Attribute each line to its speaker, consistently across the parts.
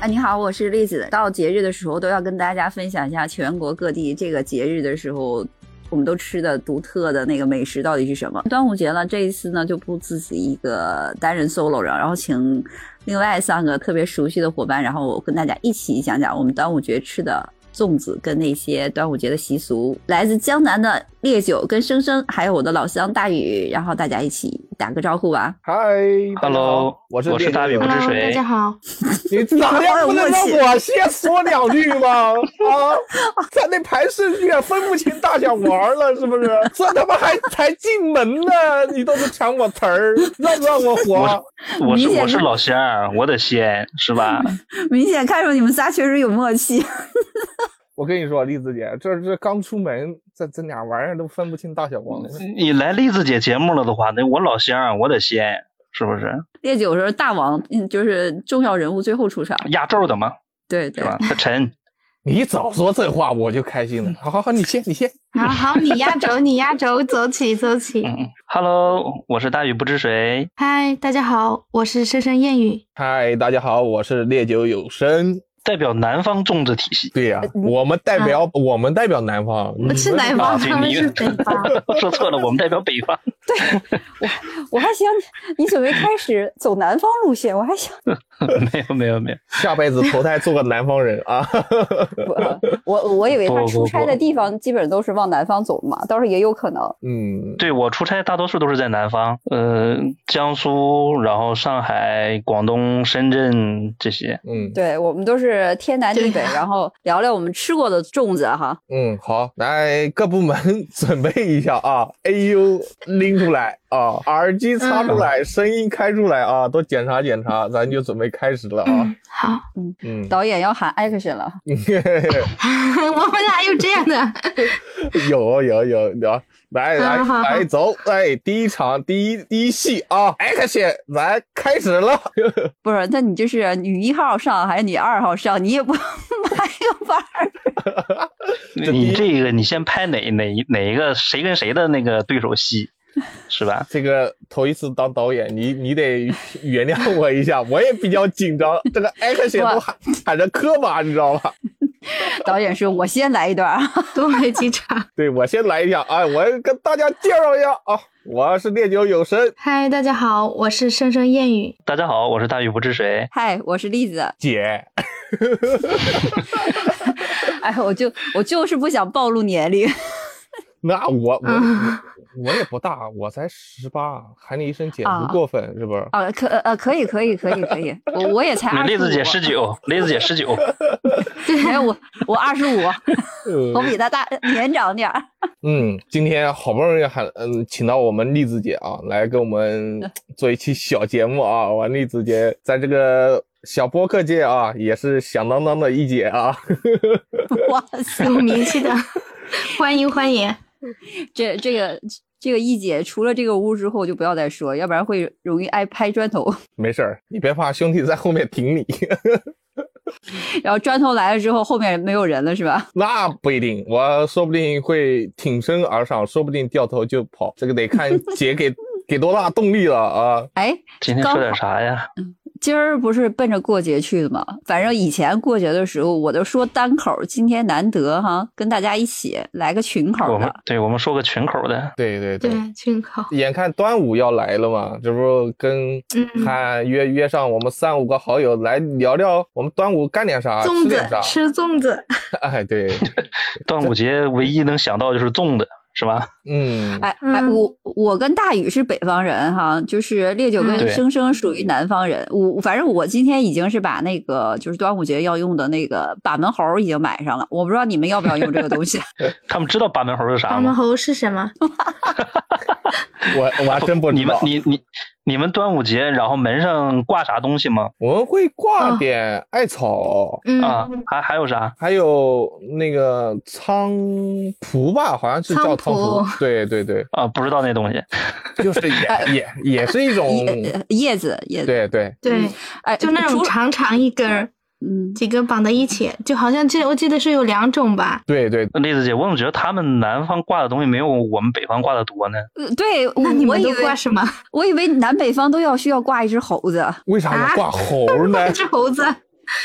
Speaker 1: 啊，你好，我是栗子。到节日的时候，都要跟大家分享一下全国各地这个节日的时候，我们都吃的独特的那个美食到底是什么。端午节了，这一次呢就不自己一个单人 solo 了，然后请另外三个特别熟悉的伙伴，然后我跟大家一起讲讲我们端午节吃的粽子跟那些端午节的习俗。来自江南的烈酒跟生生，还有我的老乡大宇，然后大家一起打个招呼吧。
Speaker 2: 嗨
Speaker 3: Hello，
Speaker 2: 我是
Speaker 3: 我是
Speaker 2: 电
Speaker 3: 大
Speaker 2: 影
Speaker 3: 饼
Speaker 2: 人
Speaker 3: 不知
Speaker 4: Hello，
Speaker 3: 谁
Speaker 4: 大家好，
Speaker 2: 你咋样不能让我先说两句 吗？啊，在那排顺序啊，分不清大小王了，是不 是？这他妈还才进门呢，你都是抢我词儿，让不让我活？
Speaker 3: 我是
Speaker 1: 明显
Speaker 3: 我是
Speaker 1: 看
Speaker 3: 老乡儿，我得先是 吧？
Speaker 1: 明显看出你们仨确实有默契。
Speaker 2: 我跟你说，栗子姐，这这刚出门，这这俩玩意儿都分不清大小王了。
Speaker 4: 嗯
Speaker 3: 你来栗子姐节目了的话，那我老乡儿啊我得先是不是？
Speaker 1: 烈酒是大王，嗯，就是重要人物最后出场，
Speaker 3: 压轴的嘛，
Speaker 1: 对
Speaker 3: 是
Speaker 1: 对。
Speaker 3: 吧？他 沉，
Speaker 2: 你早说这话我就开心了。好好好，你先，你先。
Speaker 4: 好好，你压轴，你压轴，走起，走起。
Speaker 3: 嗯，Hello，我是大禹不知谁，
Speaker 4: 嗨，大家好，我是深深谚语。
Speaker 2: 嗨，大家好，我是烈酒有声。
Speaker 3: 代表南方粽子体系。
Speaker 2: 对
Speaker 4: 呃
Speaker 2: 呀、我们代表、我们代表南方，
Speaker 4: 我啊呃是南
Speaker 3: 啊
Speaker 4: 方，
Speaker 3: 对
Speaker 4: 他们
Speaker 3: 你
Speaker 4: 是北方。
Speaker 3: 说错了，我们代表北方。
Speaker 1: 我还想你准备开始走南方路线，我还 想
Speaker 3: 没有没有没有，
Speaker 2: 下辈子投胎做个南方人啊！
Speaker 1: 我我我以为他
Speaker 3: 不不
Speaker 1: 出差的
Speaker 3: 不
Speaker 1: 地方基本都是往南方走嘛，倒是也有可能。
Speaker 2: 嗯，
Speaker 3: 对我出差大多数都是在南方，呃，江苏，然后上海、广东、深圳这些。
Speaker 2: 嗯
Speaker 1: 对我们都是天南地北，
Speaker 4: 对啊
Speaker 1: 然后聊聊我们吃过的粽子哈。
Speaker 2: 嗯，好，来各部门准备一下啊，AU 拎出来啊，耳机插出
Speaker 4: 嗯
Speaker 2: 来，声音开出来啊，都检查检查，咱就准备开始了啊。
Speaker 4: 嗯，好，
Speaker 2: 嗯，
Speaker 1: 导演要喊 action 了，
Speaker 4: 我们哪有这样的？
Speaker 2: 有有有有，来来
Speaker 4: 嗯好好好
Speaker 2: 来走，哎，第一场第一第一戏啊，Action，咱开始了。
Speaker 1: 不是？那你就是女一号上还是女二号上？你也不 拍个班儿。
Speaker 2: 这第一
Speaker 3: 你这个你先拍哪哪一哪一个谁跟谁的那个对手戏，是吧？
Speaker 2: 这个头一次当导演，你你得原谅我一下，我也比较紧张。这个 action
Speaker 1: 我
Speaker 2: 都喊喊着磕巴，你知道吧？
Speaker 1: 导演说：“我先来一段啊。
Speaker 4: 东北机场。
Speaker 2: 对我先来一下啊，我跟大家介绍一下啊，我是烈酒有声
Speaker 4: 嗨，大家好，我是深深谚语。
Speaker 3: 大家好，我是大禹不知谁。”
Speaker 1: 嗨，我是栗子。
Speaker 2: 姐，
Speaker 1: 哎，我就我就是不想暴露年龄。
Speaker 2: 那我我、
Speaker 4: 嗯
Speaker 2: 我也不大，我才十八，喊你一声姐
Speaker 1: 啊
Speaker 2: 不过分、是不是？
Speaker 1: 啊，可呃可以可以可以可以，我我也才
Speaker 3: 那
Speaker 1: 二
Speaker 3: 栗
Speaker 1: 十五，啊
Speaker 3: 子姐十九，栗子姐十 九，
Speaker 1: 没有我我二十五，我
Speaker 2: 呃
Speaker 1: 比他大年长点儿。
Speaker 2: 嗯，今天好不容易喊嗯，请到我们栗子姐啊，来跟我们做一期小节目啊，我栗子姐在这个小播客界啊，也是响当当的一姐啊。
Speaker 1: 哇塞，
Speaker 4: 有名气的，欢迎欢迎。
Speaker 1: 这这个这个一姐除了这个屋之后就不要再说，要不然会容易挨拍砖头。
Speaker 2: 没事儿，你别怕，兄弟在后面挺你。
Speaker 1: 然后砖头来了之后，后面没有人了是吧？
Speaker 2: 那不一定，我说不定会挺身而上，说不定掉头就跑，这个得看姐给给多大动力了啊！
Speaker 1: 哎，
Speaker 3: 今天说点啥呀？
Speaker 1: 今儿不是奔着过节去的吗？反正以前过节的时候我都说单口儿，今天难得哈，跟大家一起来个群口
Speaker 3: 我
Speaker 1: 儿
Speaker 3: 们
Speaker 1: 的。
Speaker 3: 对我们说个群口的，
Speaker 2: 对对对，
Speaker 4: 对，群口。
Speaker 2: 眼看端午要来了嘛，这不跟
Speaker 4: 嗯
Speaker 2: 还约约上我们三五个好友来聊聊我们端午干点啥，啊吃
Speaker 4: 粽子
Speaker 2: 点啥，？
Speaker 4: 吃粽子。
Speaker 2: 哎， 对，
Speaker 3: 端午节唯一能想到就是粽子，是吧？
Speaker 2: 嗯，
Speaker 1: 哎哎，
Speaker 4: 嗯
Speaker 1: 我我跟大宇是北方人哈，就是烈酒跟
Speaker 3: 嗯对
Speaker 1: 生生属于南方人。我反正我今天已经是把那个就是端午节要用的那个把门猴儿已经买上了，我不知道你们要不要用这个东西。
Speaker 3: 他们知道八门猴是啥
Speaker 4: 拔门
Speaker 3: 吗？
Speaker 4: 猴是什么？
Speaker 2: 我我还真不
Speaker 3: 你
Speaker 2: 知
Speaker 3: 们
Speaker 2: 道，
Speaker 3: 你你你们端午节然后门上挂啥东西吗？
Speaker 2: 我们会
Speaker 4: 啊
Speaker 2: 挂点艾草，
Speaker 4: 嗯，
Speaker 3: 啊，还还有啥？
Speaker 2: 还有那个菖蒲吧，好像是叫菖
Speaker 4: 菖蒲
Speaker 2: 蒲，对对 对。
Speaker 3: 啊，不知道那东西。
Speaker 2: 就是
Speaker 4: 呃
Speaker 2: 也也也是一种，
Speaker 3: 哦
Speaker 1: 叶叶子叶子，嗯
Speaker 2: 对对，
Speaker 4: 对，
Speaker 1: 哎，
Speaker 4: 就那种
Speaker 1: 除
Speaker 4: 长长一根儿，
Speaker 1: 嗯，
Speaker 4: 几个绑在一起，就好像记我记得是有两种吧。
Speaker 2: 对对，
Speaker 3: 栗子姐，我怎么觉得他们南方挂的东西没有我们北方挂的多呢？
Speaker 1: 呃对，我
Speaker 4: 那你
Speaker 1: 我
Speaker 4: 们
Speaker 1: 以
Speaker 4: 都
Speaker 1: 为
Speaker 4: 挂什么？
Speaker 1: 我以为南北方都要需要挂一只猴子，
Speaker 4: 啊
Speaker 2: 为啥要挂猴呢？
Speaker 4: 这猴子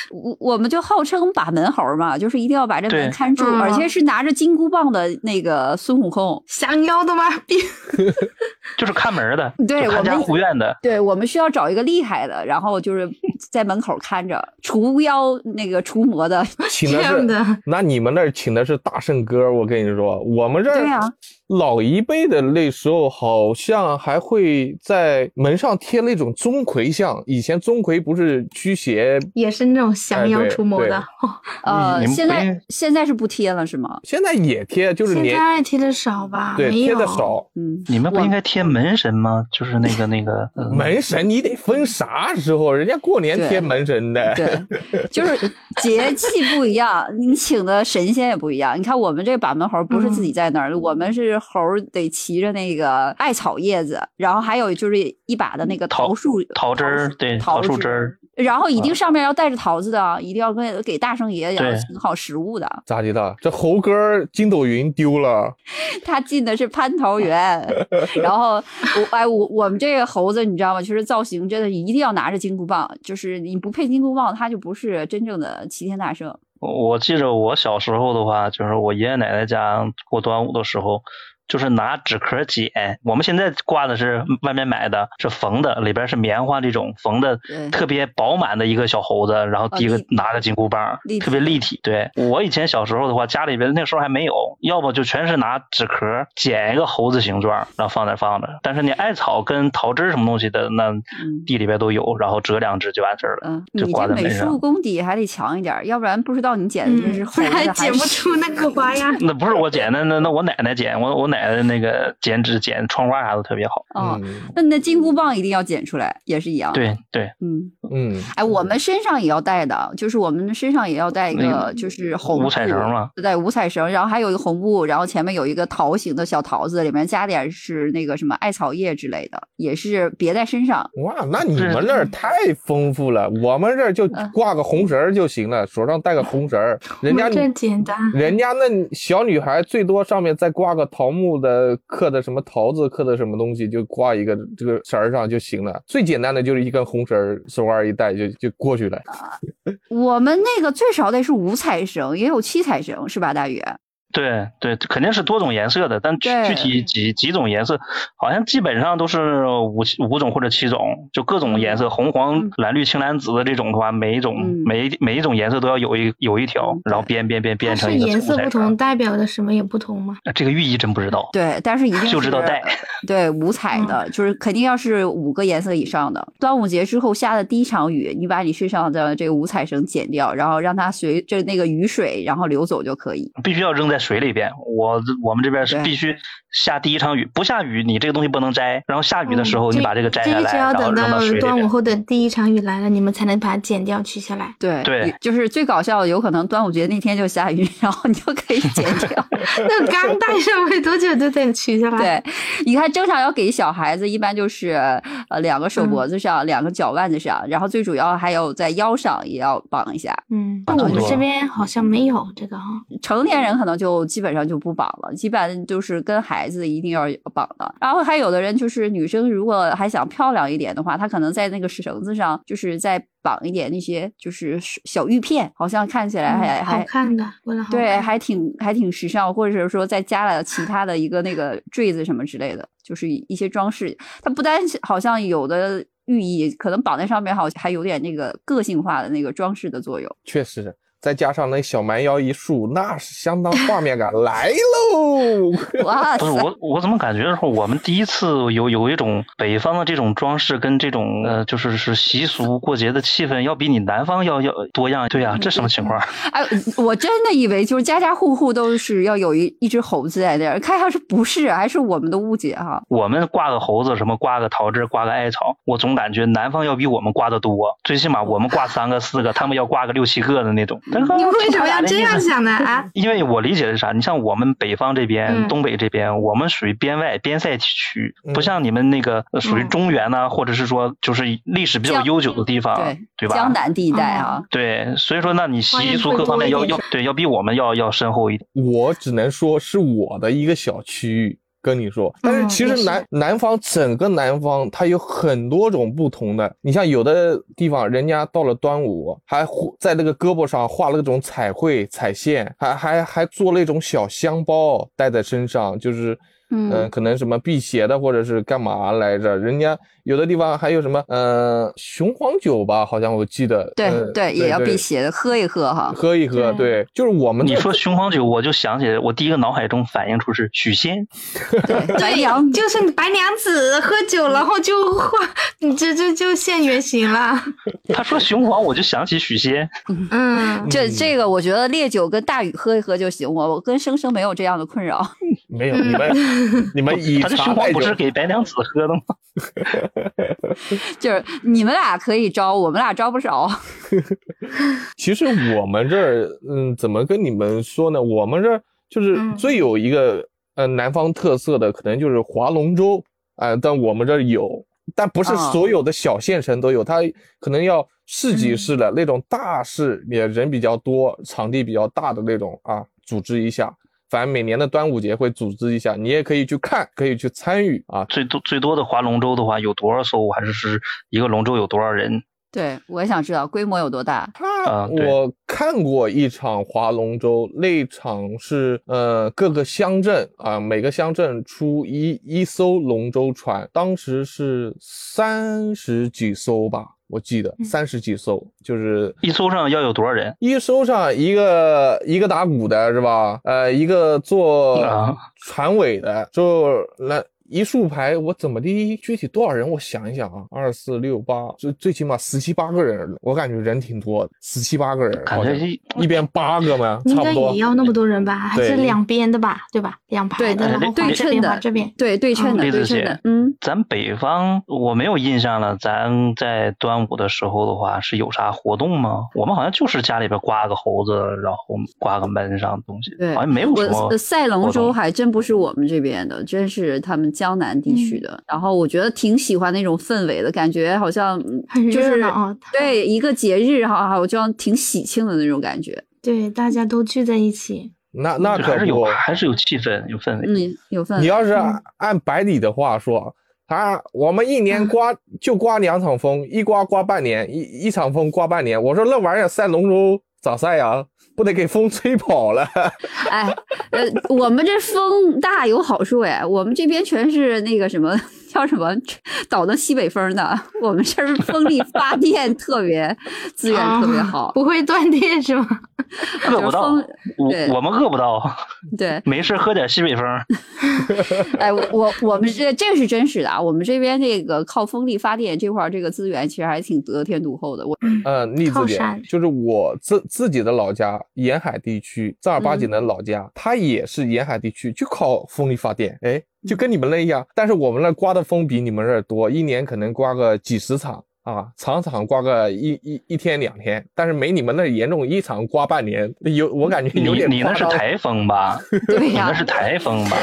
Speaker 1: 我我们就号称把门猴嘛，就是一定要把这门
Speaker 3: 对
Speaker 1: 看住，
Speaker 4: 嗯
Speaker 1: 而且是拿着金箍棒的那个孙悟空。
Speaker 4: 降妖的吗？ 必
Speaker 3: 就是看门儿的，
Speaker 1: 对
Speaker 3: 就
Speaker 1: 我
Speaker 3: 看
Speaker 1: 们
Speaker 3: 家护院的，
Speaker 1: 对我们需要找一个厉害的，然后就是在门口看着除妖那个除魔的。
Speaker 2: 请
Speaker 4: 这
Speaker 2: 的
Speaker 4: 样
Speaker 2: 是，
Speaker 4: 的，
Speaker 2: 那你们那儿请的是大圣哥，我跟你说，我们这儿
Speaker 1: 对
Speaker 4: 啊
Speaker 1: 呀
Speaker 2: 老一辈的那时候好像还会在门上贴了一种钟馗像，以前钟馗不是驱邪
Speaker 4: 也是那种降
Speaker 2: 哎
Speaker 4: 妖
Speaker 2: 对
Speaker 4: 除魔的。哦
Speaker 1: 呃，
Speaker 3: 你们
Speaker 1: 现
Speaker 3: 不
Speaker 1: 在
Speaker 3: 应
Speaker 1: 现在是不贴了是吗？
Speaker 2: 现在也贴，就是
Speaker 4: 现
Speaker 2: 年
Speaker 4: 在贴的少吧？
Speaker 2: 对
Speaker 4: 没
Speaker 2: 贴
Speaker 4: 有
Speaker 2: 的少。
Speaker 1: 嗯，
Speaker 3: 你们不
Speaker 1: 我
Speaker 3: 应该贴门神吗？就是那个那个、呃、
Speaker 1: 嗯
Speaker 2: 门神你得分啥时候，人家过年
Speaker 1: 对
Speaker 2: 贴门神的，
Speaker 1: 对，就是节气不一样，你请的神仙也不一样。你看我们这把门猴不是
Speaker 3: 嗯
Speaker 1: 自己在那儿，我们是猴儿得骑着那个艾草叶子，然后还有就是一把的那个
Speaker 3: 桃
Speaker 1: 树
Speaker 3: 桃
Speaker 1: 桃
Speaker 3: 枝儿
Speaker 1: 树
Speaker 3: 对
Speaker 1: 桃
Speaker 3: 桃树
Speaker 1: 枝
Speaker 3: 枝儿，啊
Speaker 1: 然后一定上面要带着桃子的啊，一定要跟给大圣爷要
Speaker 3: 对
Speaker 1: 请好食物的。
Speaker 2: 咋地的？这猴哥儿筋斗云丢了，
Speaker 1: 他进的是蟠桃园，然后我哎我我们这个猴子你知道吗？就是造型真的一定要拿着金箍棒，就是你不配金箍棒，他就不是真正的齐天大圣。
Speaker 3: 我记着我小时候的话，就是我爷爷奶奶家过端午的时候，就是拿纸壳剪。我们现在挂的是外面买的，是缝的，里边是棉花这种缝的
Speaker 1: 对，
Speaker 3: 特别饱满的一个小猴子，然后
Speaker 1: 啊
Speaker 3: 一个
Speaker 1: 立
Speaker 3: 拿个金箍棒
Speaker 1: 立，体嗯
Speaker 3: 特别立体。对我以前小时候的话，家里边那时候还没有，要不就全是拿纸壳剪一个猴子形状，然后放那儿放着。但是你艾草跟桃枝什么东西的，那地里边都有，然后折两只就完事儿了。
Speaker 1: 嗯，你
Speaker 3: 就挂
Speaker 1: 这
Speaker 3: 在
Speaker 1: 美
Speaker 3: 门上
Speaker 1: 术功底还得强一点儿，要不然不知道你剪的这
Speaker 4: 嗯
Speaker 1: 是，
Speaker 4: 不
Speaker 1: 猴子
Speaker 4: 然
Speaker 1: 还
Speaker 4: 剪不
Speaker 1: 是
Speaker 4: 出那个花样。
Speaker 3: 那不是我剪的，那那我奶奶剪，我我奶奶那个剪纸剪窗花啥的特别好。
Speaker 1: 哦。
Speaker 2: 嗯
Speaker 1: 那你的金箍棒一定要剪出来，也是一样。，
Speaker 3: 对对，
Speaker 1: 嗯，
Speaker 2: 嗯，
Speaker 1: 哎，我们身上也要带的，就是我们身上也要带一
Speaker 3: 那
Speaker 1: 个，
Speaker 3: 个
Speaker 1: 就是红
Speaker 3: 五彩绳
Speaker 1: 布
Speaker 3: 嘛，
Speaker 1: 对，五彩绳，然后还有一个红布，然后前面有一个桃形的小桃子，里面加点是那个什么艾草叶之类的，也是别在身上。
Speaker 2: 哇，那你们那儿太丰富了，我们这儿就
Speaker 1: 嗯
Speaker 2: 挂个红绳儿就行了，手上戴个红绳 儿， 人家
Speaker 4: 我这简单。
Speaker 2: 人家那小女孩最多上面再挂个桃木的刻的什么桃子刻的什么东西，就挂一个这个绳儿上就行了。最简单的就是一根红绳儿，手腕儿一戴就就过去了。
Speaker 1: 我们那个最少得是五彩绳，也有七彩绳，是吧，大宇？
Speaker 3: 对对，肯定是多种颜色的，但具
Speaker 1: 对
Speaker 3: 具体几几种颜色，好像基本上都是五七五种或者七种，就各种颜色，红黄
Speaker 4: 嗯
Speaker 3: 蓝绿青蓝紫的这种的话，每一种、
Speaker 1: 嗯
Speaker 3: 每一每一种颜色都要有一有一条
Speaker 1: 嗯，
Speaker 3: 然后编编编
Speaker 4: 它
Speaker 3: 编成
Speaker 4: 是
Speaker 3: 一个
Speaker 4: 颜色
Speaker 3: 五彩
Speaker 4: 不
Speaker 3: 绳
Speaker 4: 同，代表的什么也不同吗？
Speaker 3: 啊这个寓意真不知道。
Speaker 1: 对，但是一定
Speaker 3: 就知道嗯
Speaker 1: 是
Speaker 3: 带，
Speaker 1: 对五彩的，就是肯定要是五个颜色以上的。端午节之后下的第一场雨，你把你身上的这个五彩绳剪掉，然后让它随着那个雨水然后流走就可以。
Speaker 3: 必须要扔在水里边。我我们这边是
Speaker 1: 对
Speaker 3: 必须下第一场雨，不下雨你这个东西不能摘，然后下雨的时候
Speaker 4: 嗯
Speaker 3: 你把这个摘下
Speaker 4: 这
Speaker 3: 来，
Speaker 4: 一直要
Speaker 3: 然后
Speaker 4: 等
Speaker 3: 扔到
Speaker 4: 到
Speaker 3: 水里
Speaker 4: 端午
Speaker 3: 边。
Speaker 4: 后的第一场雨来了，你们才能把它剪掉取下 来。
Speaker 1: 对，
Speaker 3: 对
Speaker 1: 雨就是最搞笑的，有可能端午节那天就下雨，然后你就可以剪 掉。
Speaker 4: 那刚戴上没多久就得取下来。
Speaker 1: 对，你看正常要给小孩子，一般就是呃两个手
Speaker 4: 嗯
Speaker 1: 脖子上，两个脚腕子上，然后最主要还有在腰上也要绑一下。
Speaker 4: 嗯，
Speaker 3: 差
Speaker 4: 但
Speaker 3: 不
Speaker 4: 我们
Speaker 3: 多
Speaker 4: 这边好像没有这个哈。
Speaker 1: 成年
Speaker 4: 嗯
Speaker 1: 人可能就基本上就不绑了，基本就是跟孩子一定要绑的。然后还有的人就是女生，如果还想漂亮一点的话，她可能在那个绳子上就是再绑一点那些就是小玉片，好像看起来还、
Speaker 4: 嗯好
Speaker 1: 还。
Speaker 4: 看的，为了好
Speaker 1: 对，
Speaker 4: 看
Speaker 1: 还 挺还挺时尚，或者是说再加了其他的一个那个坠子什么之类的，就是一些装饰。它不单是好像有的寓意，可能绑在上面好还有点那个个性化的那个装饰的作用。
Speaker 2: 确实，再加上那小蛮腰一竖，那是相当画面感来喽。
Speaker 1: 哇
Speaker 3: 不是
Speaker 1: 塞！
Speaker 3: 我，我怎么感觉说我们第一次有有一种北方的这种装饰跟这种呃，就是是习俗过节的气氛，要比你南方要要多样。对呀、啊这什么情况？
Speaker 4: 嗯
Speaker 1: 哎，我真的以为就是家家户户都是要有一一只猴子在那儿，看上是不是，还是我们的误解哈？
Speaker 3: 我们挂个猴子，什么挂个桃枝，挂个艾草，我总感觉南方要比我们挂的多。最起码我们挂三个四个，他们要挂个六七个的那种。但是
Speaker 4: 你们为什么要这样想呢？啊，
Speaker 3: 因为我理解的是啥？你像我们北方这边、
Speaker 4: 嗯
Speaker 3: 东北这边，我们属于边外边塞地区，
Speaker 2: 嗯
Speaker 3: 不像你们那个呃属于
Speaker 4: 嗯
Speaker 3: 中原呐、或者是说就是历史比较
Speaker 1: 江嗯
Speaker 3: 悠久的地方，
Speaker 1: 对，
Speaker 3: 啊对
Speaker 1: 江
Speaker 3: 吧？
Speaker 1: 南地带哈、
Speaker 3: 对，所以说，那你
Speaker 4: 花
Speaker 3: 习
Speaker 4: 样
Speaker 3: 俗
Speaker 4: 会
Speaker 3: 各方
Speaker 4: 多
Speaker 3: 面
Speaker 4: 一
Speaker 3: 要
Speaker 4: 点
Speaker 3: 要对，要比我们要要深厚一点。
Speaker 2: 我只能说是我的一个小区域，跟你说，但是其
Speaker 4: 嗯也
Speaker 2: 实
Speaker 4: 是
Speaker 2: 南、南方整个南方它有很多种不同的，你像有的地方人家到了端午还画在那个胳膊上画了那种彩绘彩线，还还还做了一种小香包戴在身上，就是。
Speaker 4: 嗯
Speaker 2: 呃可能什么辟邪的，或者是干嘛来着？人家有的地方还有什么，呃，雄黄酒吧，好像我记得。
Speaker 1: 对
Speaker 2: 呃
Speaker 1: 对，也要
Speaker 2: 对
Speaker 1: 辟邪的，喝一喝 哈。
Speaker 2: 喝一喝，
Speaker 4: 对
Speaker 2: 对，就是我们
Speaker 3: 你
Speaker 2: 这
Speaker 3: 说雄黄酒，我就想起来，我第一个脑海中反映出是许仙，
Speaker 1: 对，白
Speaker 4: 对
Speaker 1: 羊，
Speaker 4: 就是白娘子喝酒，然后就画，你这这就现原形了。
Speaker 3: 他说雄黄，我就想起许仙。
Speaker 4: 嗯，
Speaker 1: 这
Speaker 2: 嗯
Speaker 1: 这个我觉得烈酒跟大禹喝一喝就行，我我跟生生没有这样的困扰。
Speaker 2: 没有你们，你们以
Speaker 3: 他这
Speaker 2: 茶
Speaker 3: 雄
Speaker 2: 代
Speaker 3: 黄
Speaker 2: 酒
Speaker 3: 不，是给白娘子喝的吗？
Speaker 1: 就是你们俩可以招，我们俩招不着。
Speaker 2: 其实我们这儿，嗯，怎么跟你们说呢？我们这儿就是
Speaker 4: 嗯
Speaker 2: 最有一个、呃南方特色的，可能就是划龙舟啊、但我们这儿有，但不是
Speaker 1: 哦
Speaker 2: 所有的小县城都有，它可能要市级市的、那种大市，也人比较多，场地比较大的那种啊，组织一下。反正每年的端午节会组织一下，你也可以去看，可以去参与啊。
Speaker 3: 最多最多的划龙舟的话，有多少艘？还是是一个龙舟有多少人？
Speaker 1: 对，我也想知道规模有多大。
Speaker 2: 他
Speaker 3: 啊对
Speaker 2: 我看过一场划龙舟，那场是呃各个乡镇啊、每个乡镇出一一艘龙舟船，当时是三十几艘吧，我记得
Speaker 4: 嗯
Speaker 2: 三十几艘，就是
Speaker 3: 一艘上要有多少人？
Speaker 2: 一艘上一个一个打鼓的是吧？呃，一个做
Speaker 3: 啊
Speaker 2: 船尾的，就那一竖排，我怎么的具体多少人？我想一想啊，二四六八，最最起码十七八个人了，我感觉人挺多的，十七八个人，
Speaker 3: 感
Speaker 2: 好像
Speaker 3: 觉一
Speaker 2: 一边八个嘛，
Speaker 4: 应
Speaker 2: 差
Speaker 4: 该
Speaker 2: 不
Speaker 4: 也
Speaker 2: 多。
Speaker 4: 要那么多人吧？还
Speaker 2: 对
Speaker 4: 是两边的吧？对吧？两排
Speaker 1: 对
Speaker 4: 的，然后
Speaker 3: 对
Speaker 4: 画这边
Speaker 1: 对
Speaker 4: 画这边。
Speaker 1: 对，对称的，
Speaker 3: 栗
Speaker 1: 对
Speaker 3: 子
Speaker 1: 称
Speaker 3: 姐
Speaker 1: 的，嗯，
Speaker 3: 咱北方我没有印象了，咱在端午的时候的话是有啥活动吗？我们好像就是家里边挂个猴子，然后挂个门上的东西，
Speaker 1: 对
Speaker 3: 好像没有什么
Speaker 1: 我。呃赛龙
Speaker 3: 活
Speaker 1: 舟
Speaker 3: 动
Speaker 1: 还真不是我们这边的，真是他们江南地
Speaker 4: 嗯
Speaker 1: 区的。然后我觉得挺喜欢那种氛围的感觉，好像嗯
Speaker 4: 很
Speaker 1: 就
Speaker 4: 热
Speaker 1: 是
Speaker 4: 闹啊！
Speaker 1: 对一个节日哈，好像挺喜庆的那种感觉。
Speaker 4: 对，大家都聚在一起。
Speaker 2: 那那
Speaker 3: 就
Speaker 2: 可
Speaker 3: 还是有，
Speaker 2: 不，
Speaker 3: 还是有气氛，有氛围。
Speaker 1: 嗯，有氛
Speaker 2: 你
Speaker 1: 围。
Speaker 2: 要是按按百里的话说。啊，我们一年刮 就刮两场风，一刮刮半年，一一场风刮半年。我说那玩意儿赛龙舟咋赛呀、不得给风吹跑了。
Speaker 1: 哎，呃，我们这风大有好处哎，我们这边全是那个什么叫什么倒腾西北风的，我们这儿风力发电特别资源特别
Speaker 4: 啊
Speaker 1: 好，
Speaker 4: 不会断电是吗？
Speaker 3: 饿不到，
Speaker 1: 嗯风对
Speaker 3: 我我们饿不到，
Speaker 1: 对。
Speaker 3: 没事喝点西北风。
Speaker 1: 哎，我我我们这这是真实的啊，我们这边这个靠风力发电这块儿这个资源其实还挺得天独厚的。我
Speaker 2: 呃，栗子
Speaker 4: 靠
Speaker 2: 姐
Speaker 4: 山
Speaker 2: 就是我自自己的老家沿海地区，正儿八经的
Speaker 4: 嗯
Speaker 2: 老家，它也是沿海地区，就靠风力发电，哎，
Speaker 4: 嗯
Speaker 2: 就跟你们那一样，但是我们那刮的风比你们这儿多，一年可能刮个几十场啊，场场刮个一一一天两天，但是没你们那严重，一场刮半年，有我感觉有
Speaker 3: 你
Speaker 2: 点
Speaker 3: 你那
Speaker 2: 夸
Speaker 3: 是
Speaker 2: 张。
Speaker 3: 台风吧？
Speaker 1: 对
Speaker 3: 你
Speaker 1: 呀、
Speaker 3: 那是台风吧？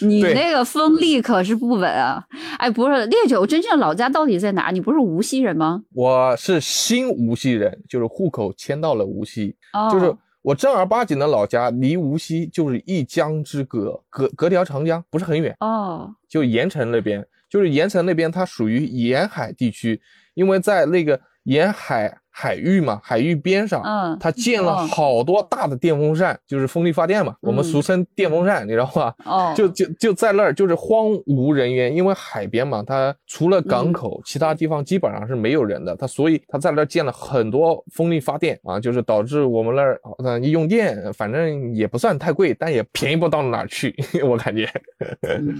Speaker 1: 你
Speaker 2: 对
Speaker 1: 那个风力可是不稳啊！哎，不是烈酒真正的老家到底在哪？你不是无锡人吗？
Speaker 2: 我是新无锡人，就是户口迁到了无锡，
Speaker 1: 哦，
Speaker 2: 就是我正儿八经的老家离无锡就是一江之隔，隔隔条长江，不是很远。
Speaker 1: 哦，
Speaker 2: 就盐城那边，就是盐城那边它属于沿海地区，因为在那个沿海海域嘛，海域边上，
Speaker 1: 嗯
Speaker 2: 它建了
Speaker 1: 哦
Speaker 2: 好多大的电风扇，就是风力发电嘛，我们
Speaker 1: 嗯
Speaker 2: 俗称电风扇，你知道吧？
Speaker 1: 哦，
Speaker 2: 就就就在那儿，就是荒无人烟，因为海边嘛，它除了
Speaker 1: 嗯
Speaker 2: 港口，其他地方基本上是没有人的。它所以它在那儿建了很多风力发电啊，就是导致我们那儿嗯一用电，反正也不算太贵，但也便宜不到哪儿去， 我感觉。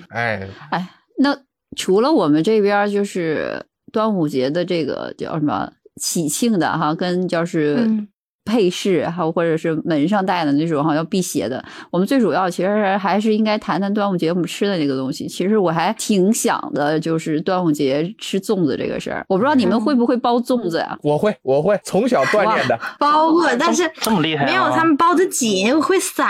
Speaker 2: 哎，
Speaker 1: 哎，那除了我们这边儿就是端午节的这个叫什么喜庆的哈，跟就是
Speaker 4: 嗯
Speaker 1: 配饰，还有或者是门上戴的那种哈要辟邪的，我们最主要其实还是应该谈谈端午节我们吃的这个东西。其实我还挺想的，就是端午节吃粽子这个事儿，我不知道你们会
Speaker 4: 嗯
Speaker 1: 不会包粽子呀、
Speaker 2: 我会，我会从小锻炼的。
Speaker 4: 包过，但是
Speaker 3: 这么厉害吗啊
Speaker 4: 没有他们包的紧，会散。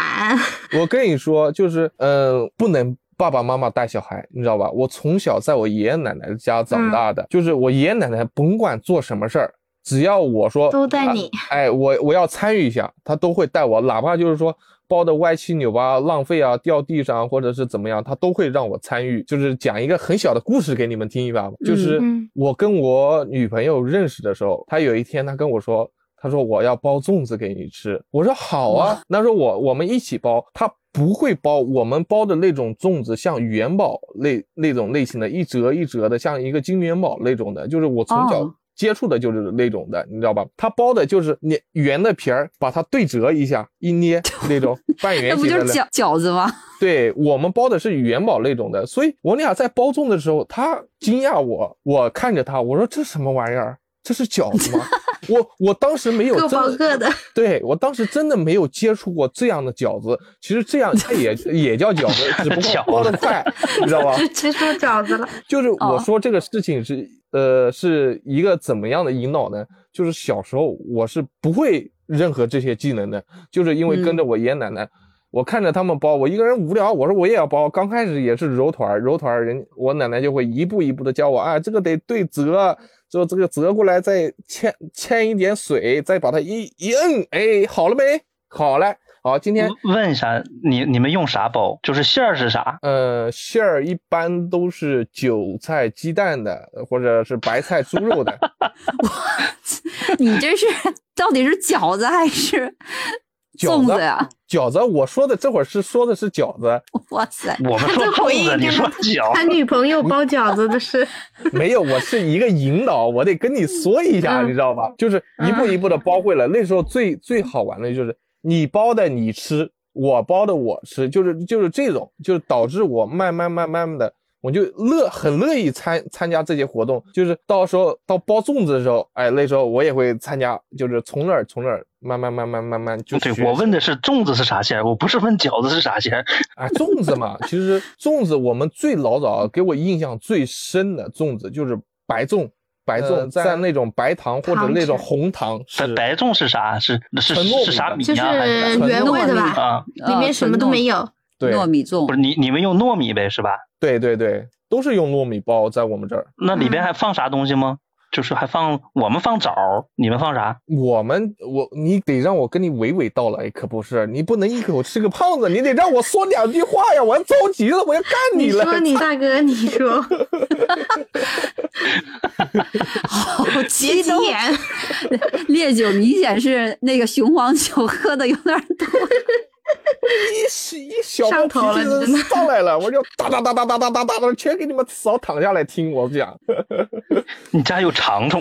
Speaker 2: 我跟你说，就是嗯，不能。爸爸妈妈带小孩，你知道吧？我从小在我爷爷奶奶家长大
Speaker 4: 嗯
Speaker 2: 的，就是我爷爷奶奶甭管做什么事儿，只要我说
Speaker 4: 都带
Speaker 2: 啊
Speaker 4: 你
Speaker 2: 哎，我我要参与一下，他都会带我，哪怕就是说包的歪七扭八、浪费啊、掉地上或者是怎么样，他都会让我参与。就是讲一个很小的故事给你们听一把吧。就是
Speaker 4: 嗯
Speaker 2: 我跟我女朋友认识的时候，她有一天她跟我说，她说我要包粽子给你吃，我说好啊。她说我我们一起包，她不会包，我们包的那种粽子像元宝类那种类型的，一折一折的，像一个金元宝那种的，就是我从小
Speaker 1: 哦
Speaker 2: 接触的就是那种的，你知道吧？它包的就是你圆的皮儿，把它对折一下，一捏那种半圆
Speaker 1: 那不
Speaker 2: 形
Speaker 1: 就
Speaker 2: 的
Speaker 1: 是
Speaker 2: 嘞。
Speaker 1: 饺饺子吗？
Speaker 2: 对我们包的是元宝那种的，所以我俩在包粽的时候，他惊讶我，我看着他，我说这什么玩意儿？这是饺子吗？ 我我当时没有
Speaker 4: 各
Speaker 2: 真
Speaker 4: 包各的，
Speaker 2: 对我当时真的没有接触过这样的饺子，其实这样它 也也叫饺子，只不过包的快，你知道吧？
Speaker 4: 吃出饺子了。
Speaker 2: 就是我
Speaker 1: 哦
Speaker 2: 说这个事情是、呃是一个怎么样的引导呢？就是小时候我是不会任何这些技能的，就是因为跟着我爷爷奶奶。我看着他们包，我一个人无聊，我说我也要包。刚开始也是揉团儿，揉团儿人我奶奶就会一步一步的教我啊，这个得对折，就这个折过来再牵牵一点水，再把它一一摁，哎，好了没？好了，好，今天
Speaker 3: 问一下，你你们用啥包？就是馅儿是啥？
Speaker 2: 呃，馅儿一般都是韭菜、鸡蛋的，或者是白菜、猪肉的。
Speaker 1: 你这是到底是饺子还是
Speaker 2: 饺
Speaker 1: 粽
Speaker 2: 子
Speaker 1: 子呀？
Speaker 2: 饺子，我说的这会儿是说的是饺子，
Speaker 1: 哇塞，
Speaker 3: 我们说
Speaker 4: 这
Speaker 3: 粽
Speaker 4: 回应
Speaker 3: 子，你
Speaker 4: 真的
Speaker 3: 说饺
Speaker 4: 他
Speaker 3: 子。
Speaker 4: 女朋友包饺子的事，
Speaker 2: 没有，我是一个引导，我得跟你说一下，
Speaker 4: 嗯
Speaker 2: 你知道吧？就是一步一步的包会了。那时候最最好玩的就是你包的你吃，我包的我吃，就是就是这种，就是导致我慢慢慢慢的。我就乐很乐意参参加这些活动，就是到时候到包粽子的时候，哎，那时候我也会参加，就是从那儿从那儿慢慢慢慢慢慢就
Speaker 3: 对
Speaker 2: 学，
Speaker 3: 我
Speaker 2: 习
Speaker 3: 问的是粽子是啥馅儿，我不是问饺子是啥馅儿。
Speaker 2: 啊，粽子嘛，其实粽子我们最老早给我印象最深的粽子就是白粽，白粽、
Speaker 5: 呃在
Speaker 2: 蘸那种白糖或者
Speaker 4: 糖
Speaker 2: 那种
Speaker 4: 吃
Speaker 2: 红糖
Speaker 3: 白
Speaker 2: 是。
Speaker 3: 白粽是啥？是是
Speaker 2: 纯糯米
Speaker 3: 是啥
Speaker 2: 的
Speaker 3: 米
Speaker 4: 就是
Speaker 3: 呀？啊还是
Speaker 2: 很
Speaker 4: 原味的
Speaker 1: 糯米
Speaker 4: 吧，
Speaker 3: 啊？
Speaker 4: 里面什么都没
Speaker 1: 有，
Speaker 4: 有。
Speaker 2: 对
Speaker 1: 呃糯米粽
Speaker 3: 不是你你们用糯米呗是吧？
Speaker 2: 对对对，都是用糯米包，在我们这儿，
Speaker 3: 那里边还放啥东西吗？就是还放我们放枣儿，你们放啥？
Speaker 2: 我们我你得让我跟你娓娓道来，可不是，你不能一口吃个胖子，你得让我说两句话呀，我要着急了，我要干
Speaker 4: 你
Speaker 2: 了。
Speaker 4: 说，你大哥，你说，
Speaker 1: 好
Speaker 4: 急
Speaker 1: 激
Speaker 4: 急
Speaker 1: 动，
Speaker 4: 眼，
Speaker 1: 烈酒明显是那个雄黄酒喝的有点多。
Speaker 2: 一一小
Speaker 4: 上
Speaker 2: 包
Speaker 4: 头
Speaker 2: 脾气
Speaker 4: 了你真的
Speaker 2: 上来了，我就哒哒哒哒哒哒哒哒哒，全给你们扫躺下来听我讲。
Speaker 3: 你家有长虫，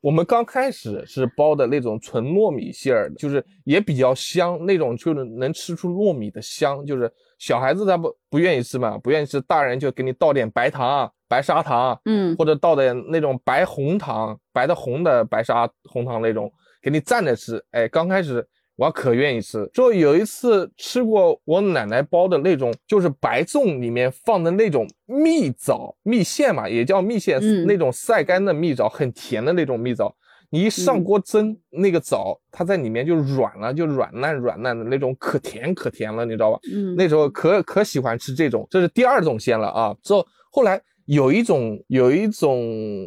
Speaker 2: 我们刚开始是包的那种纯糯米馅儿的，就是也比较香，那种就是能吃出糯米的香。就是小孩子他不不愿意吃嘛，不愿意吃，大人就给你倒点白糖、啊白砂糖，
Speaker 1: 嗯，
Speaker 2: 或者倒点那种白红糖，白的红的白砂红糖那种，给你蘸着吃。哎，刚开始我可愿意吃，之后有一次吃过我奶奶包的那种，就是白粽里面放的那种蜜枣、蜜饯嘛，也叫蜜饯，
Speaker 1: 嗯
Speaker 2: 那种晒干的蜜枣，很甜的那种蜜枣。你一上
Speaker 1: 嗯
Speaker 2: 锅蒸，那个枣它在里面就软了，就软烂软烂的那种，可甜可甜了，你知道吧？
Speaker 1: 嗯
Speaker 2: 那时候可可喜欢吃这种，这是第二种鲜了啊。之后后来有一种有一种